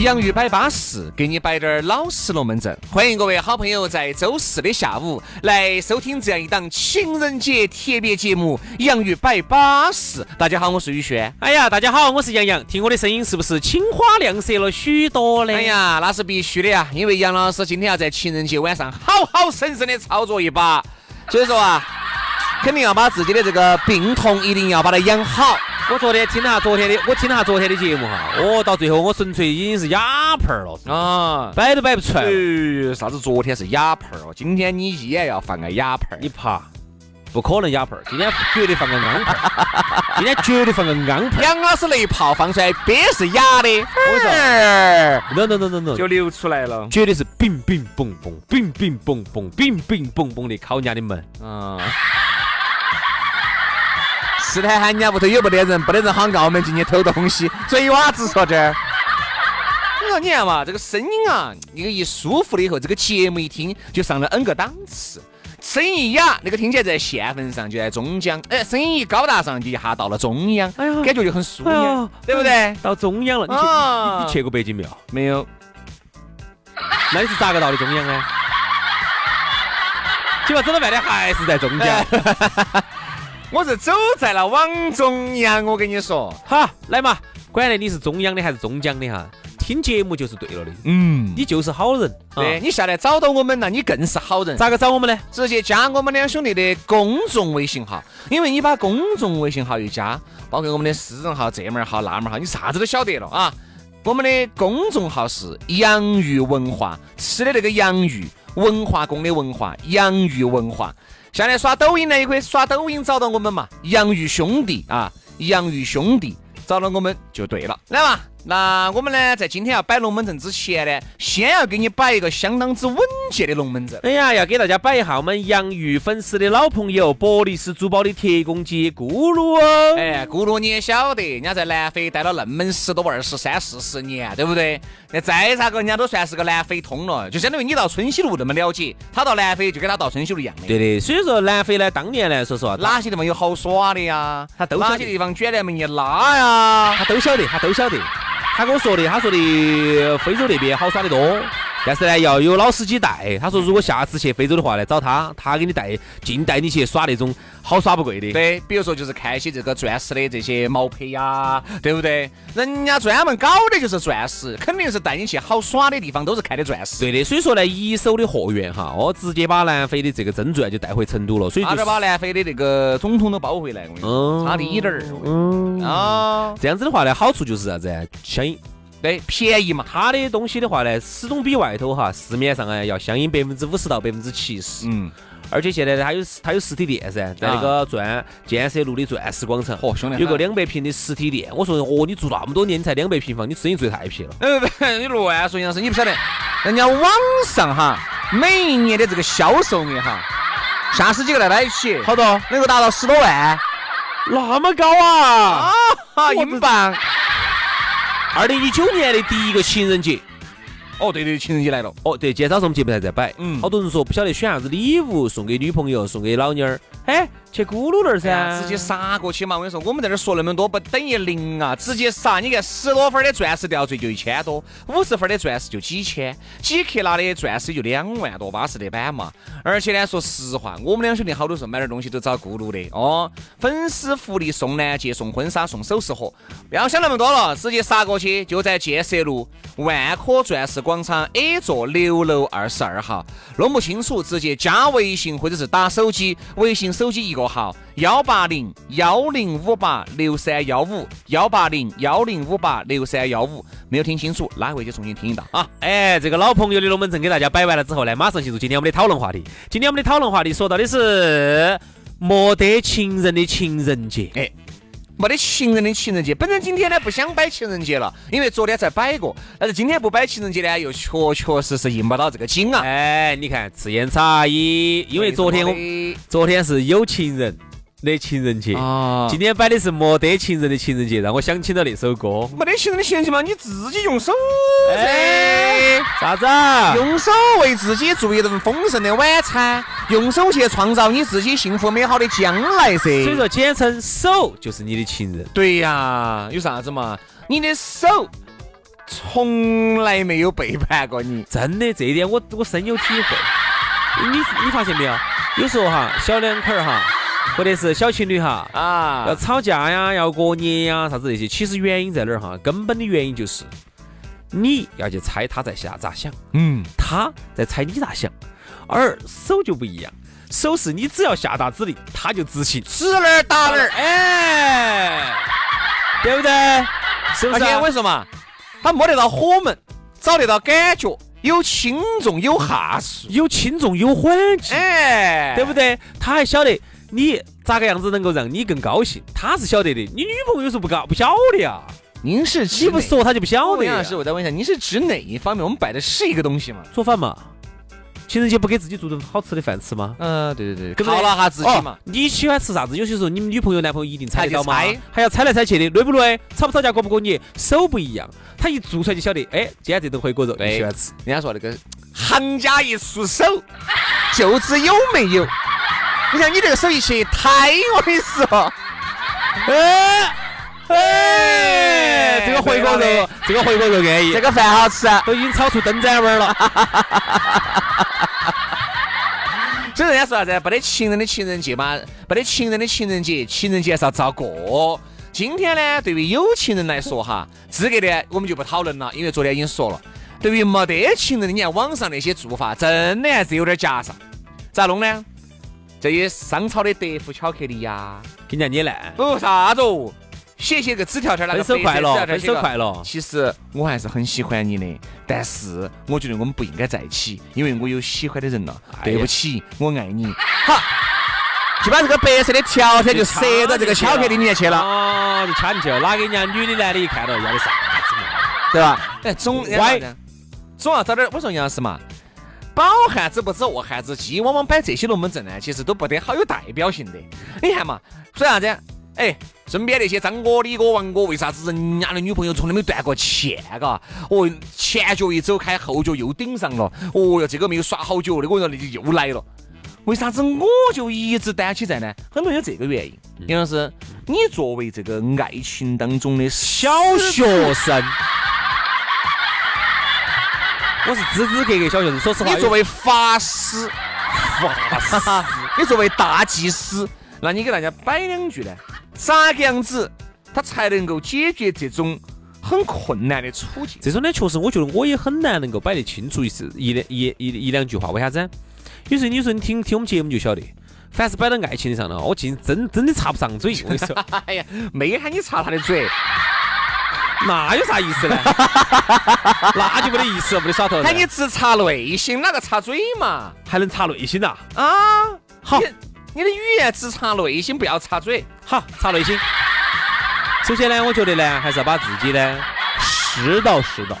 洋芋摆巴适，给你摆点儿老实龙门阵。欢迎各位好朋友在周四的下午来收听这样一档情人节特别节目《洋芋摆巴适》。大家好，我是宇轩。哎呀，大家好，我是杨洋。听我的声音是不是青花亮色了许多呢？哎，呀，那是必须的呀，因为杨老师今天要在情人节晚上好好生生的操作一把，所以说 啊，肯定要把自己的这个病痛一定要把它养好。我昨天听了下昨天的，我听了下昨天的节目哈，我到最后我纯粹已经是哑炮了，啊，摆都摆不出来了。呃，啥子？昨天是哑炮儿哦，今天你依然要放个哑炮儿。你怕？不可能哑炮，今天绝对放个昂炮， 今天绝对放个昂炮。杨老师那一炮放出来，别是哑的，我说。 no no no no no，就流出来了。绝对是冰冰蹦蹦，冰冰蹦蹦，冰冰蹦蹦的敲人家的门。嗯。试探喊人家屋头有没得人，没得人好澳门进去偷东西，嘴娃子说这儿。你说你看嘛，这个声音啊，你一舒服了以后，这个节目一听就上了 N 个档次。声音一哑，那个听起来在县份上就在中江，哎，声音一高大上就一下到了中央，哎呀感觉就很舒哎压呀，对不对？到中央了，你去、啊你去过北京没有？没有，那你是咋个到的中央呢？起码整了半天还是在中间。我是走在了往中央，我跟你说，好，来嘛，管得你是中央的还是中江的哈，听节目就是对了的，嗯，你就是好人。对啊，你下来找到我们了，你更是好人。咋个找我们呢？直接加我们两兄弟的公众微信号，因为你把公众微信号一加，包括我们的私人号这门儿号那门儿号，你啥子都晓得了啊。我们的公众号是洋芋文化，吃的那个洋芋，文化宫的文化，洋芋文化。下来刷抖音呢，也可以刷抖音找到我们嘛，洋芋兄弟啊，洋芋兄弟找到我们就对了。来嘛，那我们呢，在今天要摆龙门阵之前呢，先要给你摆一个相当之稳健的龙门阵。哎呀，要给大家摆一下我们洋芋粉丝的老朋友伯利斯珠宝的铁公鸡咕噜 哦。哎，咕噜你也晓得，人家在南非待了那么十多、二十三、四十年，对不对？那再咋个，人家都算是个南非通了，就相当于你到春熙路那么了解，他到南非就跟他到春熙路一样的。对的，所以说南非呢，当年呢，说实话，哪些地方有好耍的呀？他都晓得哪些地方卷帘门一拉呀？他都晓得，他都晓得。他跟我说的，他说的非洲那边好耍得多，但是呢要有老司机带。他说如果下次去非洲的话呢，找他，他给你带，尽带你去耍那种好耍不贵的。对，比如说就是看一些这个钻石的这些毛坯呀，对不对？人家专门搞的就是钻石，肯定是带你去好耍的地方都是看的钻石。对的，所以说呢，一手的货源哈，哦，直接把南非的这个珍珠啊就带回成都了，所以他就就把南非的那个总统都包回来，我跟你嗯说，差滴点儿。嗯啊，这样子的话呢，好处就是啥子啊？相应对，便宜嘛。它的东西的话呢，始终比外头哈市面上啊要相应百分之五十到百分之七十，嗯，而且现在它有它有实体店噻，在那个钻建设路的钻石广场，哦嚯兄弟有个两百平的实体店。我说哦，你住那么多年，你才两百平方，你生意最太皮了。呃，不，你乱说，杨老师，你不晓得，人家网上哈，每一年的这个销售额哈，下十几个来在一起，好多，能够达到十多万那么高啊！啊，我英镑。二零一九年的第一个情人节，哦，对对，情人节来了，哦，对，今天早上我们节目还在摆，嗯好多人说不晓得选啥子礼物送给女朋友，送给老妞儿，哎，去咕噜那儿噻，直接杀过去嘛！我跟你说，我们在这儿说那么多不等于零啊，直接杀！你看十多分的钻石吊坠就一千多，五十分的钻石就几千，几克拉的钻石就两万多巴适的板嘛！而且呢，说实话，我们两兄弟好多时候买点东西都找咕噜的哦。粉丝福利送呢，节送婚纱，送首饰盒，不要想那么多了，直接杀过去，就在建设路万科钻石广场 A 座六楼二十二号。弄不清楚，直接加微信或者是打手机，微信手机一个座号幺八零幺零五八六三幺五幺八零幺零五八六三幺五，没有听清楚，拉回去重新听一道啊。哎，这个老朋友的龙门阵给大家摆完了之后呢，马上进入今天我们的讨论话题。今天我们的讨论话题说到的是没得情人的情人节。哎，没得情人的情人节，本身今天呢不想摆情人节了，因为昨天才摆过，但是今天不摆情人节呢，又确确实实应不到这个景啊。哎，你看自言差异，因为昨天我为什么昨天是有情人的情人节，呢啊，今天摆的是没得情人的情人节，让我想起了那首歌。没得情人的情人节嘛，你自己用手哎噻。，啥子？啊用手为自己做一顿丰盛的晚餐，用手去创造你自己幸福美好的将来噻。所以说，简称手就是你的情人。对呀、有啥子嘛？你的手从来没有背叛过你。真的，这一点我我深有体会。你你发现没有？有时候哈，小两口儿哈，或者是小情侣哈，啊要吵架呀，要过年呀，啥子这些，其实原因在哪儿哈？根本的原因就是你要去猜他在下咋想，嗯，他在猜你咋想，而手就不一样，手是你只要下达指令，他就执行，指哪儿打哪儿，哎，对不对？是不而是啊？且我跟你说嘛，他摸得到火门，找得到感觉，有轻重，有下数，有轻重有缓急，哎，对不？对？他还晓得你咋个样子能够让你更高兴，他是晓得的。你女朋友有时候不搞不晓得呀，您是指你不哪说他就不晓得欧阳呀老。师，我再问一下，您是指哪一方面？我们摆的是一个东西吗？做饭嘛，情人节不给自己做顿好吃的饭吃吗？嗯，对对对不对犒劳下自己嘛哦。，你喜欢吃啥子？有些时候你们女朋友、男朋友一定猜得到吗他就猜？还要猜来猜去的，累不累？吵不吵架？过不过年？手不一样，他一做出来就晓得，哎，今天这顿回锅肉你对喜欢吃。人家说那个行家一出手，就知有没有。你像你这个手一去抬，我跟你说，哎哎，这个回锅对肉吧，这个回锅肉安逸，这个饭好吃。都已经炒出灯盏味儿 了。所以人家说啥子？没得情人的情人节嘛，没得情人的情人节，情人节还是要照过。今天呢，对于有情人来说哈，资格呢我们就不讨论了，因为昨天已经说了。对于没得情人的，你看网上那些做法，真的还是有点夹上。咋弄呢？这些商超的德芙巧克力呀、跟人家捏烂，哦，啥子哦？写些个纸条条，那分个手快乐，分分手手快快乐。其实我还是很喜欢你的，但是我觉得我们不应该在一起，因为我有喜欢的人了。哎呀对不起，我爱你。好，就把这个白色的条条就塞到这个巧克力里面去了，啊，就掐进去了。哪个人家女的男的一看到要的啥子嘛？对吧？哎，总歪，总要找点。我说杨老师嘛，饱汉子不知饿汉子饥，往往摆这些龙门阵呢，其实都不得好有代表性的。你看嘛，说啥子？哎，身边那些张哥、李哥、王哥，为啥子人家的女朋友从来没断过线？嘎，哦，前脚一走开，后脚又顶上了。哦哟，这个没有耍好久，那个人又来了。为啥子我就一直单起在呢？很多人有这个原因。杨老师，你作为这个爱情当中的小学生， 我是支支格格小学生。说实话，哎你作为法师，法师，你作为大祭司，那你给大家摆两句呢？咋个样子，他才能够解决这种很困难的处境？这种呢，确实我觉得我也很难能够摆得清楚一是一两一一一两句话。为啥子？有时候你说你听听我们节目就晓得，凡是摆到爱情上的，我竟真真的插不上嘴。我跟你 说， 哎呀，没喊你插他的 嘴，那有啥意 思呢？那就没得意思了，没得耍头了。喊你只插内心，哪个插嘴嘛？还能插内心呐？啊，好你，你的语言只插内心，不要插嘴。好，插内心。首先呢，我觉得呢，还是要把自己呢拾到拾到，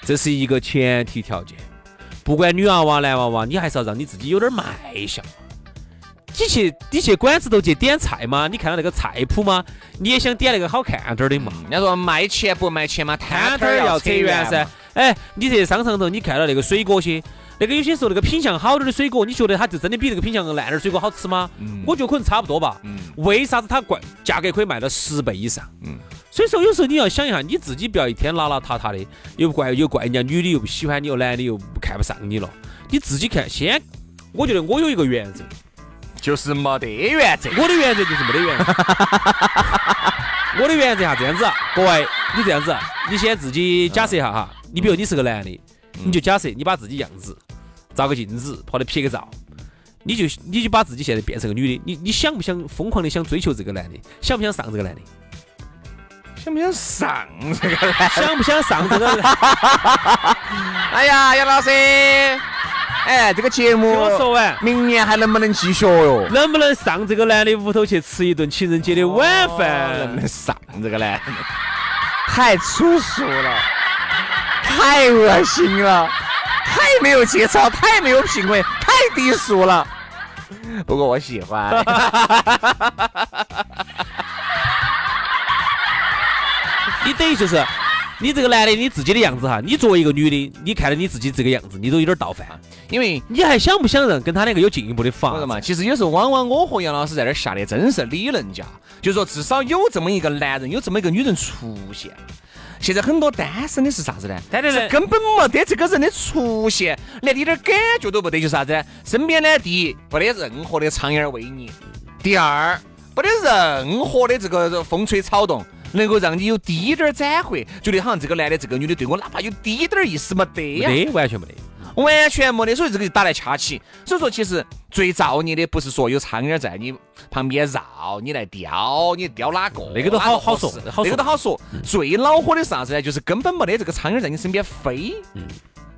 这是一个前提条件。不管女娃娃、男娃娃，你还是要让你自己有点卖相。你去你去馆子头去点菜吗？你看到那个菜谱吗？你也想点那个好看点儿的嘛？嗯人家说卖钱不卖钱嘛，摊摊摊摊儿儿要要扯扯远远噻噻。。哎，你在商场头，你看到那个水果些，那个有些时候那个品相好点儿的水果，你觉得它就真的比那个品相烂点儿水果好吃吗？嗯我觉得可能差不多吧。为啥子它贵，价格可以卖到十倍以上？嗯所以说有时候你要想一下，你自己不要一天邋邋遢遢的，又怪又怪人家女的又不喜欢你，又男的又不看不上你了。你自己看，先，我觉得我有一个原则，就是没得原则。我的原则就是没得原则。我的原则哈，这样子啊，各位，你这样子啊，你先自己假设一下哈，你比如你是个男的，你就假设你把自己样子照个镜子，跑来拍个照，你就你就把自己现在变成个女的，你你想不想疯狂的想追求这个男的？想不想上这个男的？想不想上这个？ 想不想上这 个男的？哎呀，杨老师，哎，这个节目听我说完，明年还能不能继续哟？能不能上这个男的屋头去吃一顿情人节的晚饭？哦能不能上这个呢？太粗俗了，太恶心了，太没有节操，太没有品味，太低俗了。不过我喜欢。你等于就是你这个男的你自己的样子哈，你作为一个女的，你看到你自己这个样子，你都有点倒饭，因为你还想不想让跟他两个有进一步的发我说展？嘛，其实有时候往往我和杨老师在这儿下的真是理论架，就是说至少有这么一个男人，有这么一个女人出现。现在很多单身的是啥子呢？单身的是根本没得这个人的出现，连一点感觉都没得，就是啥子呢？身边呢，第一没得任何的苍蝇儿为你，第二没得任何的这个风吹草动。能够让你有滴点儿斩获，觉得好像这个男的、这个女的对我哪怕有滴点儿意思没得呀，没得，完全没得。完全没得，所以这个就打来掐起。所以说，其实最造孽的不是说有苍蝇在你旁边绕，你来叼，你叼哪个？那个都哪好好合说适好说那个都好说。最恼火的是啥子呢？就是根本没得这个苍蝇在你身边飞。嗯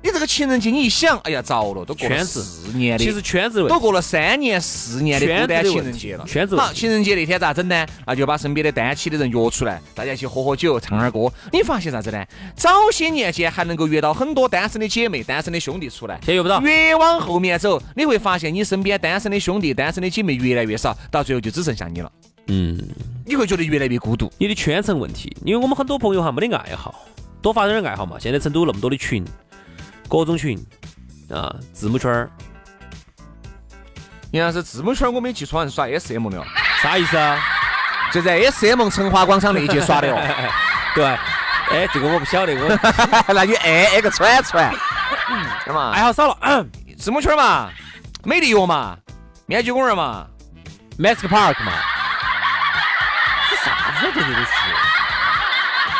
你这个情人节，你一想，哎呀，糟了，都过了圈子四年的，其实圈子问都过了三年、四年的圈孤子单的情问人题节了。圈子问好，题情人节那天咋整呢？那就把身边的单起的人约出来，大家一起喝喝酒、唱哈儿歌。你发现啥子呢？早些年间还能够约到很多单身的姐妹、单身的兄弟出来，现在约不到越往后面走，你会发现你身边单身的兄弟、单身的姐妹越来越少，到最后就只剩下你了。嗯，你会觉得越来越孤独。你的圈层问题，因为我们很多朋友哈没得爱好，多发展点爱好嘛。现在成都那么多的群，各种群啊，字母圈儿，你要是字母圈，我们一起耍人耍 SM 的哦，啥意思啊？就在 SM 成华广场那一节耍的哦。 对吧？哎，这个我不晓得，我那你哎哎个串串，干嘛？爱好少了。嗯字母圈嘛，美丽乐嘛，面具公园嘛， Mask Park 嘛，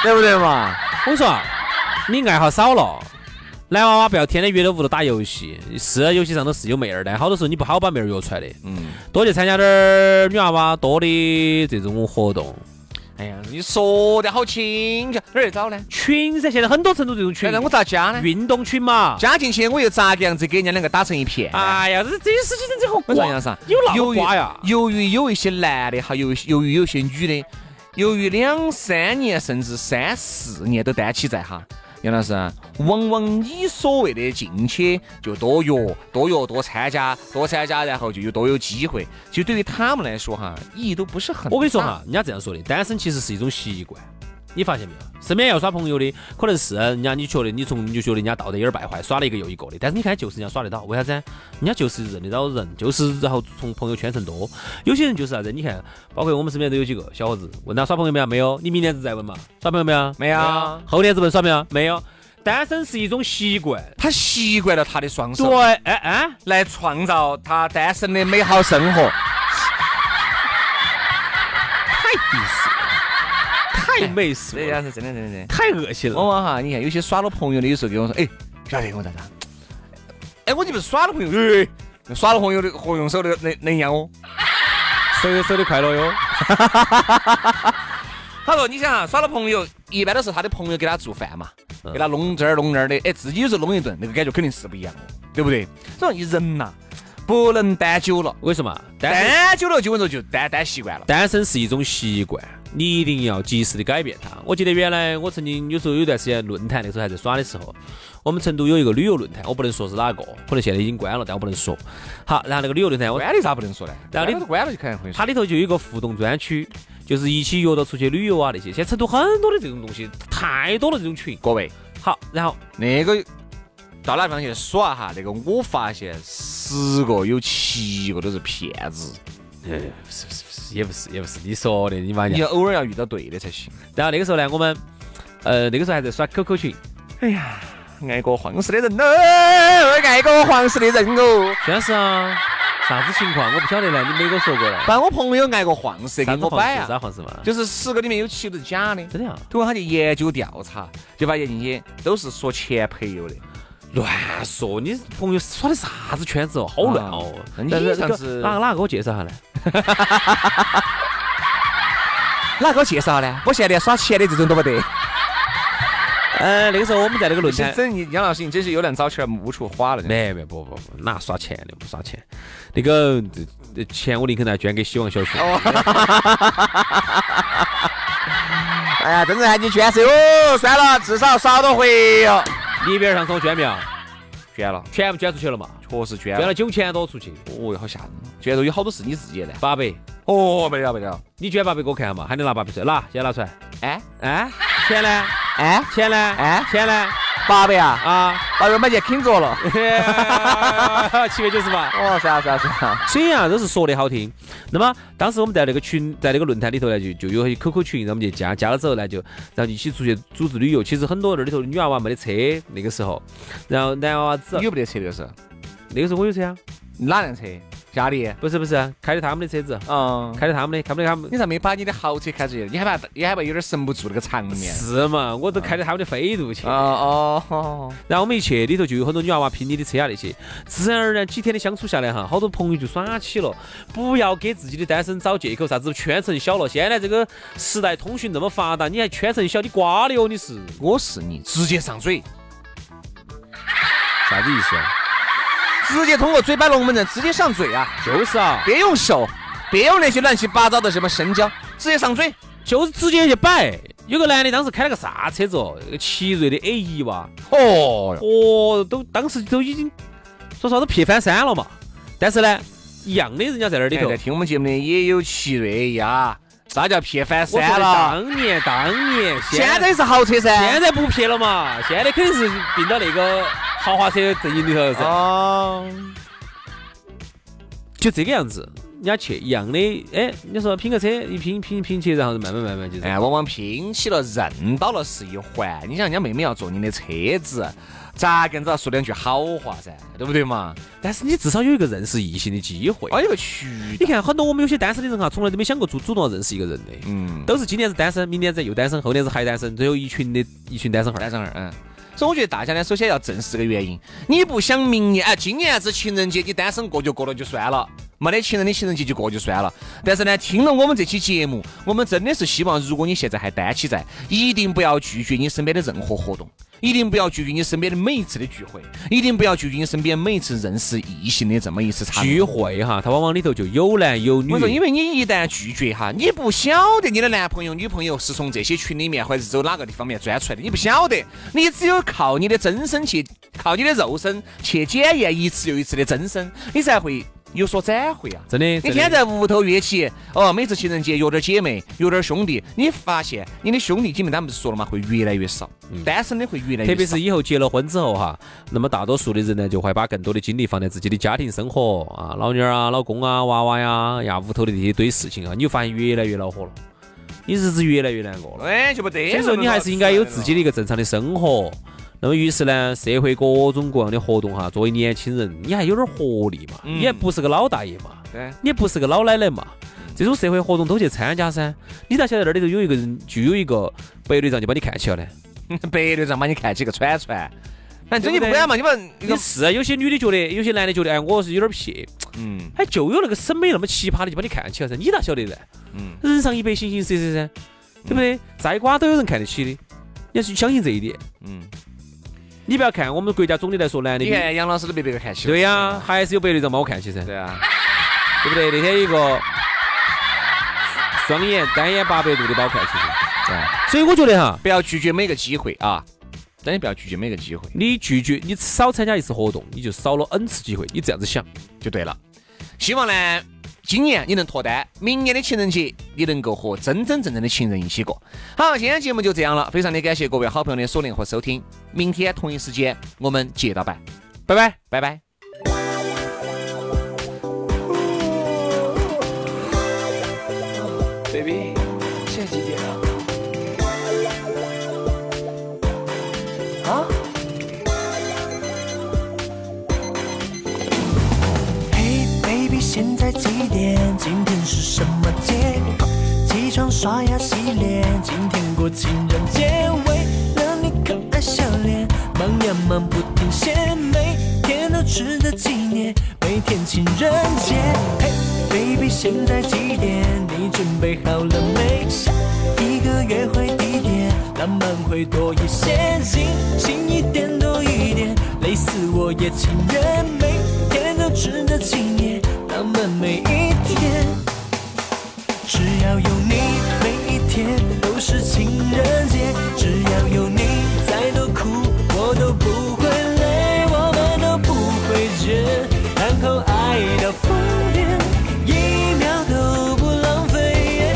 对不对嘛？我跟你说啊，你爱好少了，男娃娃不要天天约到屋头打游戏，是游戏上头是有妹儿，但好多时候你不好把妹儿约出来的，嗯，多去参加点儿女娃娃多的这种活动。哎呀，你说的好轻巧，哪儿去找呢？哎群噻，现在很多成都这种群那，我咋加呢？运动群嘛。加进去我又咋个样子给人家两个打成一片呢？哎呀，这这些事情真的好我瓜说杨啥？啊有那么瓜呀？由于有一些男的，还有由于有些女的，由于两三年甚至三四年都单起在哈。杨老师，啊往往你所谓的进去就多约、多约、多参加、多参加，然后就有多有机会。其实对于他们来说哈，意义都不是很。 我跟你说，哈，人家这样说的，单身其实是一种习惯。你发现没有？身边要耍朋友的，可能是人家你觉得你从你就觉得人家道德有点败坏，耍了一个又一个的。但是你看，就是人家耍得到，为啥子呢？人家就是认得到人，就是然后从朋友圈层多。有些人就是啥子？你看，包括我们身边都有几个小伙子，问他耍朋友没有？没有。你明年子再问嘛，耍朋友没有？没有啊后年子问耍没有？没有。单身是一种习惯。他习惯了他的双对手，，哎哎，来创造他单身的美好生活。太鄙视了，太媚俗了，是真的，真的，真的。太恶心往了。往哈，你看有些耍了朋友的，有时候跟我说，哎，晓得我咋咋？哎，我你们耍了朋友，哎，耍了朋友的合用手的能能一样 哦。手有手的快乐哟。 他说，你想啊，耍了朋友，一般都是他的朋友给他做饭嘛，给他弄这儿弄那儿的，哎，自己有时候弄一顿，那个感觉肯定是不一样哦，对不对？所以人呐、不能单久了，为什么？单身单久了就稳着就单单习惯了。单身是一种习惯，你一定要及时的改变它。我记得原来我曾经有时候有一段时间论坛那时候还在耍的时候，我们成都有一个旅游论坛，我不能说是哪个，可能现在已经关了，但我不能说。好，然后那个旅游论坛我关的咋不能说呢？然后你关了关了就肯定会说。它里头就有一个互动专区，就是一起约到出去旅游啊那些。现在成都很多的这种东西，太多了这种群。各位，好，然后那个到哪地方去耍哈？那个我发现十个有七个都是骗子。不是不是不是，也不是也不是你说的，你妈你呀！要偶尔要遇到对的才行。然后那个时候呢，我们呃那个时候还在耍 QQ 群，爱过黄色的人哦，爱过黄色的人哦。但是啊，啥子情况我不晓得呢，你没给我说过呢。把我朋友爱过黄色给啥子我黄摆色？啊，啥黄色嘛？就是十个里面有七个是假的。真的啊？最后他去研究调查，就发现这些都是说前朋友的。乱哎说，你朋友耍的啥子圈子哦？好乱哦啊！那你但是上个次哪个哪个给我介绍下呢？哪个介绍呢？我现在连耍钱的这种都不得。呃，那个时候我们在那个论坛真，真，杨老师，你真是有点早起来无处花了。真的没没不不不，哪耍钱的不耍钱，那个呃钱我宁可拿捐给希望小学。哦哎呀，真正喊你捐是哟，算了，至少少多回哦哟。你边上给我捐没有？捐了，全部捐出去了嘛？确实捐捐了了。九千多出去，哦哟，好吓人！捐了哦有好多是你自己的呢。八百。哦，没得了，没得了。你捐八百给我看下嘛，喊你拿八百出来，拿，现在拿出来。哎哎，钱呢？哎，钱呢？哎钱呢？八百啊，啊，八百买件 King 着了。七百九十八。哦，是啊，是啊，是啊。所以啊，都是说的好听。那么当时我们在那个群，在那个论坛里头呢，就就有一些 QQ 群，然后我们就加，加了之后呢，就然后一起出去组织旅游。其实很多那里头的女娃娃没得车，那个时候，然后男娃娃子你，有没得车那个是？那个时候我有车啊，哪辆车？家里。不是不是，开的他们的车子，嗯。开的他们的，开不得他们你。咋没把你的豪车开出去？你害怕，你害怕有点神不住那个场面。是嘛？我都开着他们的飞度去，哦哦，然后我们一去里头就有很多女娃娃拼你的车啊那些，自然而然几天的相处下来哈，好多朋友就耍起了。不要给自己的单身找借口，啥子圈层小了。现在这个时代通讯那么发达，你还圈层小，你瓜的哦你是。我是你，直接上嘴，啥子意思、啊？直接通过嘴摆龙门阵，直接上嘴啊！就是啊，别用手，别用那些乱七八糟的什么神交，直接上嘴。就是直接去摆。有个男的当时开了个啥车子哦？那个奇瑞的 A 一哇，哦，哦，都当时都已经说啥都撇翻山了嘛。但是呢，一样的人家在那儿里里头头。听我们节目的也有奇瑞呀，啥叫撇翻我说山的了？当年，当年，现在是豪车噻现。在不撇了嘛，现在肯定是并到那个豪华车阵营里头噻，哦，就这个样子。人家去一样的，哎，你说拼个车一拼拼拼起，然后慢慢慢慢就是。哎，往往拼起了认到了是一环，你想人家妹妹要坐你的车子，咋跟着说两句好话噻，对不对嘛？但是你至少有一个认识异性的机会。哎有个渠你道，看很多我们有些单身的人啊哈，从来都没想过主主动要认识一个人的，嗯，都是今年是单身，明年子又单身，后年子还单身，最后一群的一群单身汉单儿。身儿，嗯。所以我觉得大家呢，首先要正视这个原因。你不想明年哎，今年子情人节你单身过就过了就算了，没得情人的情人节就过就算了。但是呢，听了我们这期节目，我们真的是希望，如果你现在还单起在，一定不要拒绝你身边的任何活动，一定不要拒绝你身边的每一次的聚会，一定不要拒绝你身边每一次认识异性的这么一次场合聚会哈，它往往里头就有男有女我。说，因为你一旦拒绝哈，你不晓得你的男朋友、女朋友是从这些群里面，或者是走哪个地方面钻出来的，你不晓得，你只有靠你的真身去，靠你的肉身去检验一次又一次的真身，你才会有所斩获啊！真的，你真天天的在屋头约起，哦，每次情人节约点姐妹，约点兄弟，你发现你的兄弟姐妹他们不是说了吗？会越来越少，单身的会越来越少，嗯特别是以后结了婚之后哈，那么大多数的人呢，就会把更多的精力放在自己的家庭生活啊、老娘儿啊、老公啊、娃娃呀、呀屋头的这一堆事情啊，你就发现越来越恼火了，你日子越来越难过了。哎，就不得。所以说你还是应该有自己的一个正常的生活。那么于是呢，社会各种各样的活动哈，作为年轻人，你还有点活力嘛，嗯你也不是个老大爷嘛，对你也不是个老奶奶嘛，这种社会活动都去参加噻。你咋晓得那里头有一个人，就有一个白队长就把你看起了呢？ 白队长把你看起个喘喘，反正你不对不对管嘛，你把你也是啊有些女的觉得，有些男的觉得，哎，我是有点撇，嗯哎，就有那个审美那么奇葩的就把你看起了噻，你咋晓得呢？嗯，人上一百，形形色色噻，对不对？再瓜都有人看得起的，你要去相信这一点。嗯，你不要看我们国家总体来说，男的你比看杨老师都被别个看起了。对呀、还是有白内障把我看起噻，对啊，对不对？那天有一个双眼单眼八百度的把我看起噻，对啊，所以我觉得哈，不要拒绝每个机会啊，真的不要拒绝每个机会你拒绝你少参加一次活动，你就少了 n 次机会，你这样子想，就对了。希望呢，今年你能脱单，明年的情人节你能够和真真正正的情人一起过。好，今天节目就这样了，非常的感谢各位好朋友的锁定和收听，明天同一时间我们接到拜，拜拜。拜拜。嘿，baby，现在几点？今天是什么节？起床刷牙洗脸，今天过情人节。为了你可爱笑脸，忙呀忙，永不停歇，每天都值得纪念，每天情人节。嘿，baby，现在几点？你准备好了没？下一个约会地点，浪漫会多一些，尽情一点多一点，累死我也情愿，每天都值得纪念，浪漫每一天。只要有你，每一天都是情人节。只要有你，再多苦我都不会累，我们都不会倦，然后爱到疯癫，一秒都不浪费。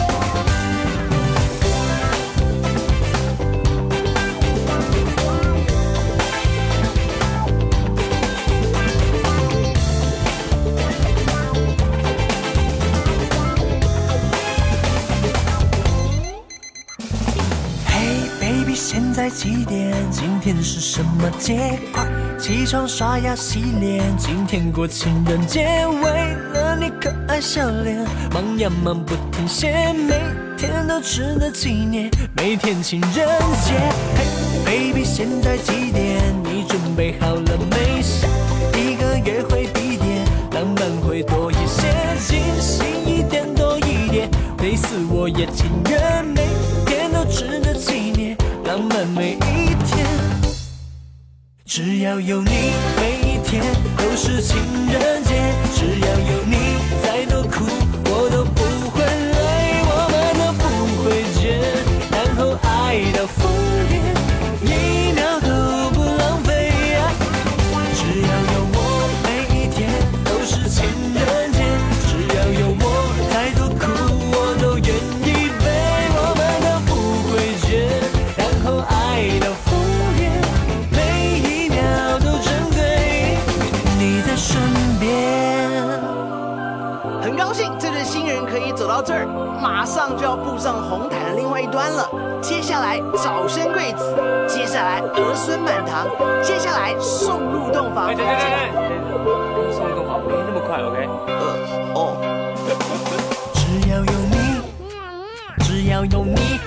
嘿，baby，现在几点？今天是什么节？快起床刷牙洗脸，今天过情人节。为了你可爱笑脸，忙呀忙不停歇，每天都值得纪念，每天情人节。嘿，baby，现在几点？你准备好了没？下一个约会地点，浪漫会多一些，尽情一点多一点，累死我也情愿。每天都值得纪念，浪漫每一天。只要有你，每一天都是情人节。只要有你，再多苦我都不会累，我们都不会倦，然后爱到疯癫，一秒都不浪费。啊只要有我，每一天都是情人节。只要有我，再多苦我都愿意背，我们都不会倦，然后爱到疯癫，每一秒都珍贵。你在身边。很高兴这对新人可以走到这儿，马上就要步上红毯的另外一端了。接下来早生贵子，接下来儿孙满堂，接下来送入洞房。只要有你，只要有你，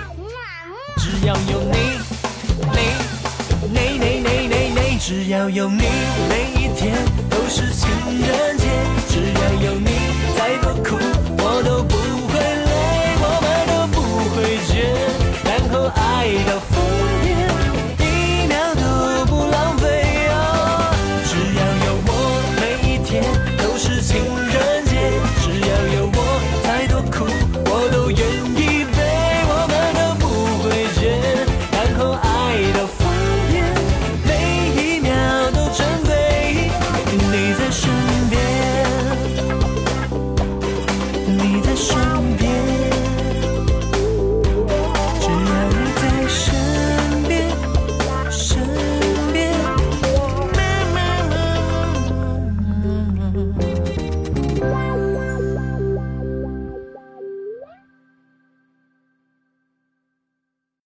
只要有你，你你你你你你，只要有你，每一天都是情人节。只要有你，再多苦我都不会累，我们都不会倦，然后爱到。哦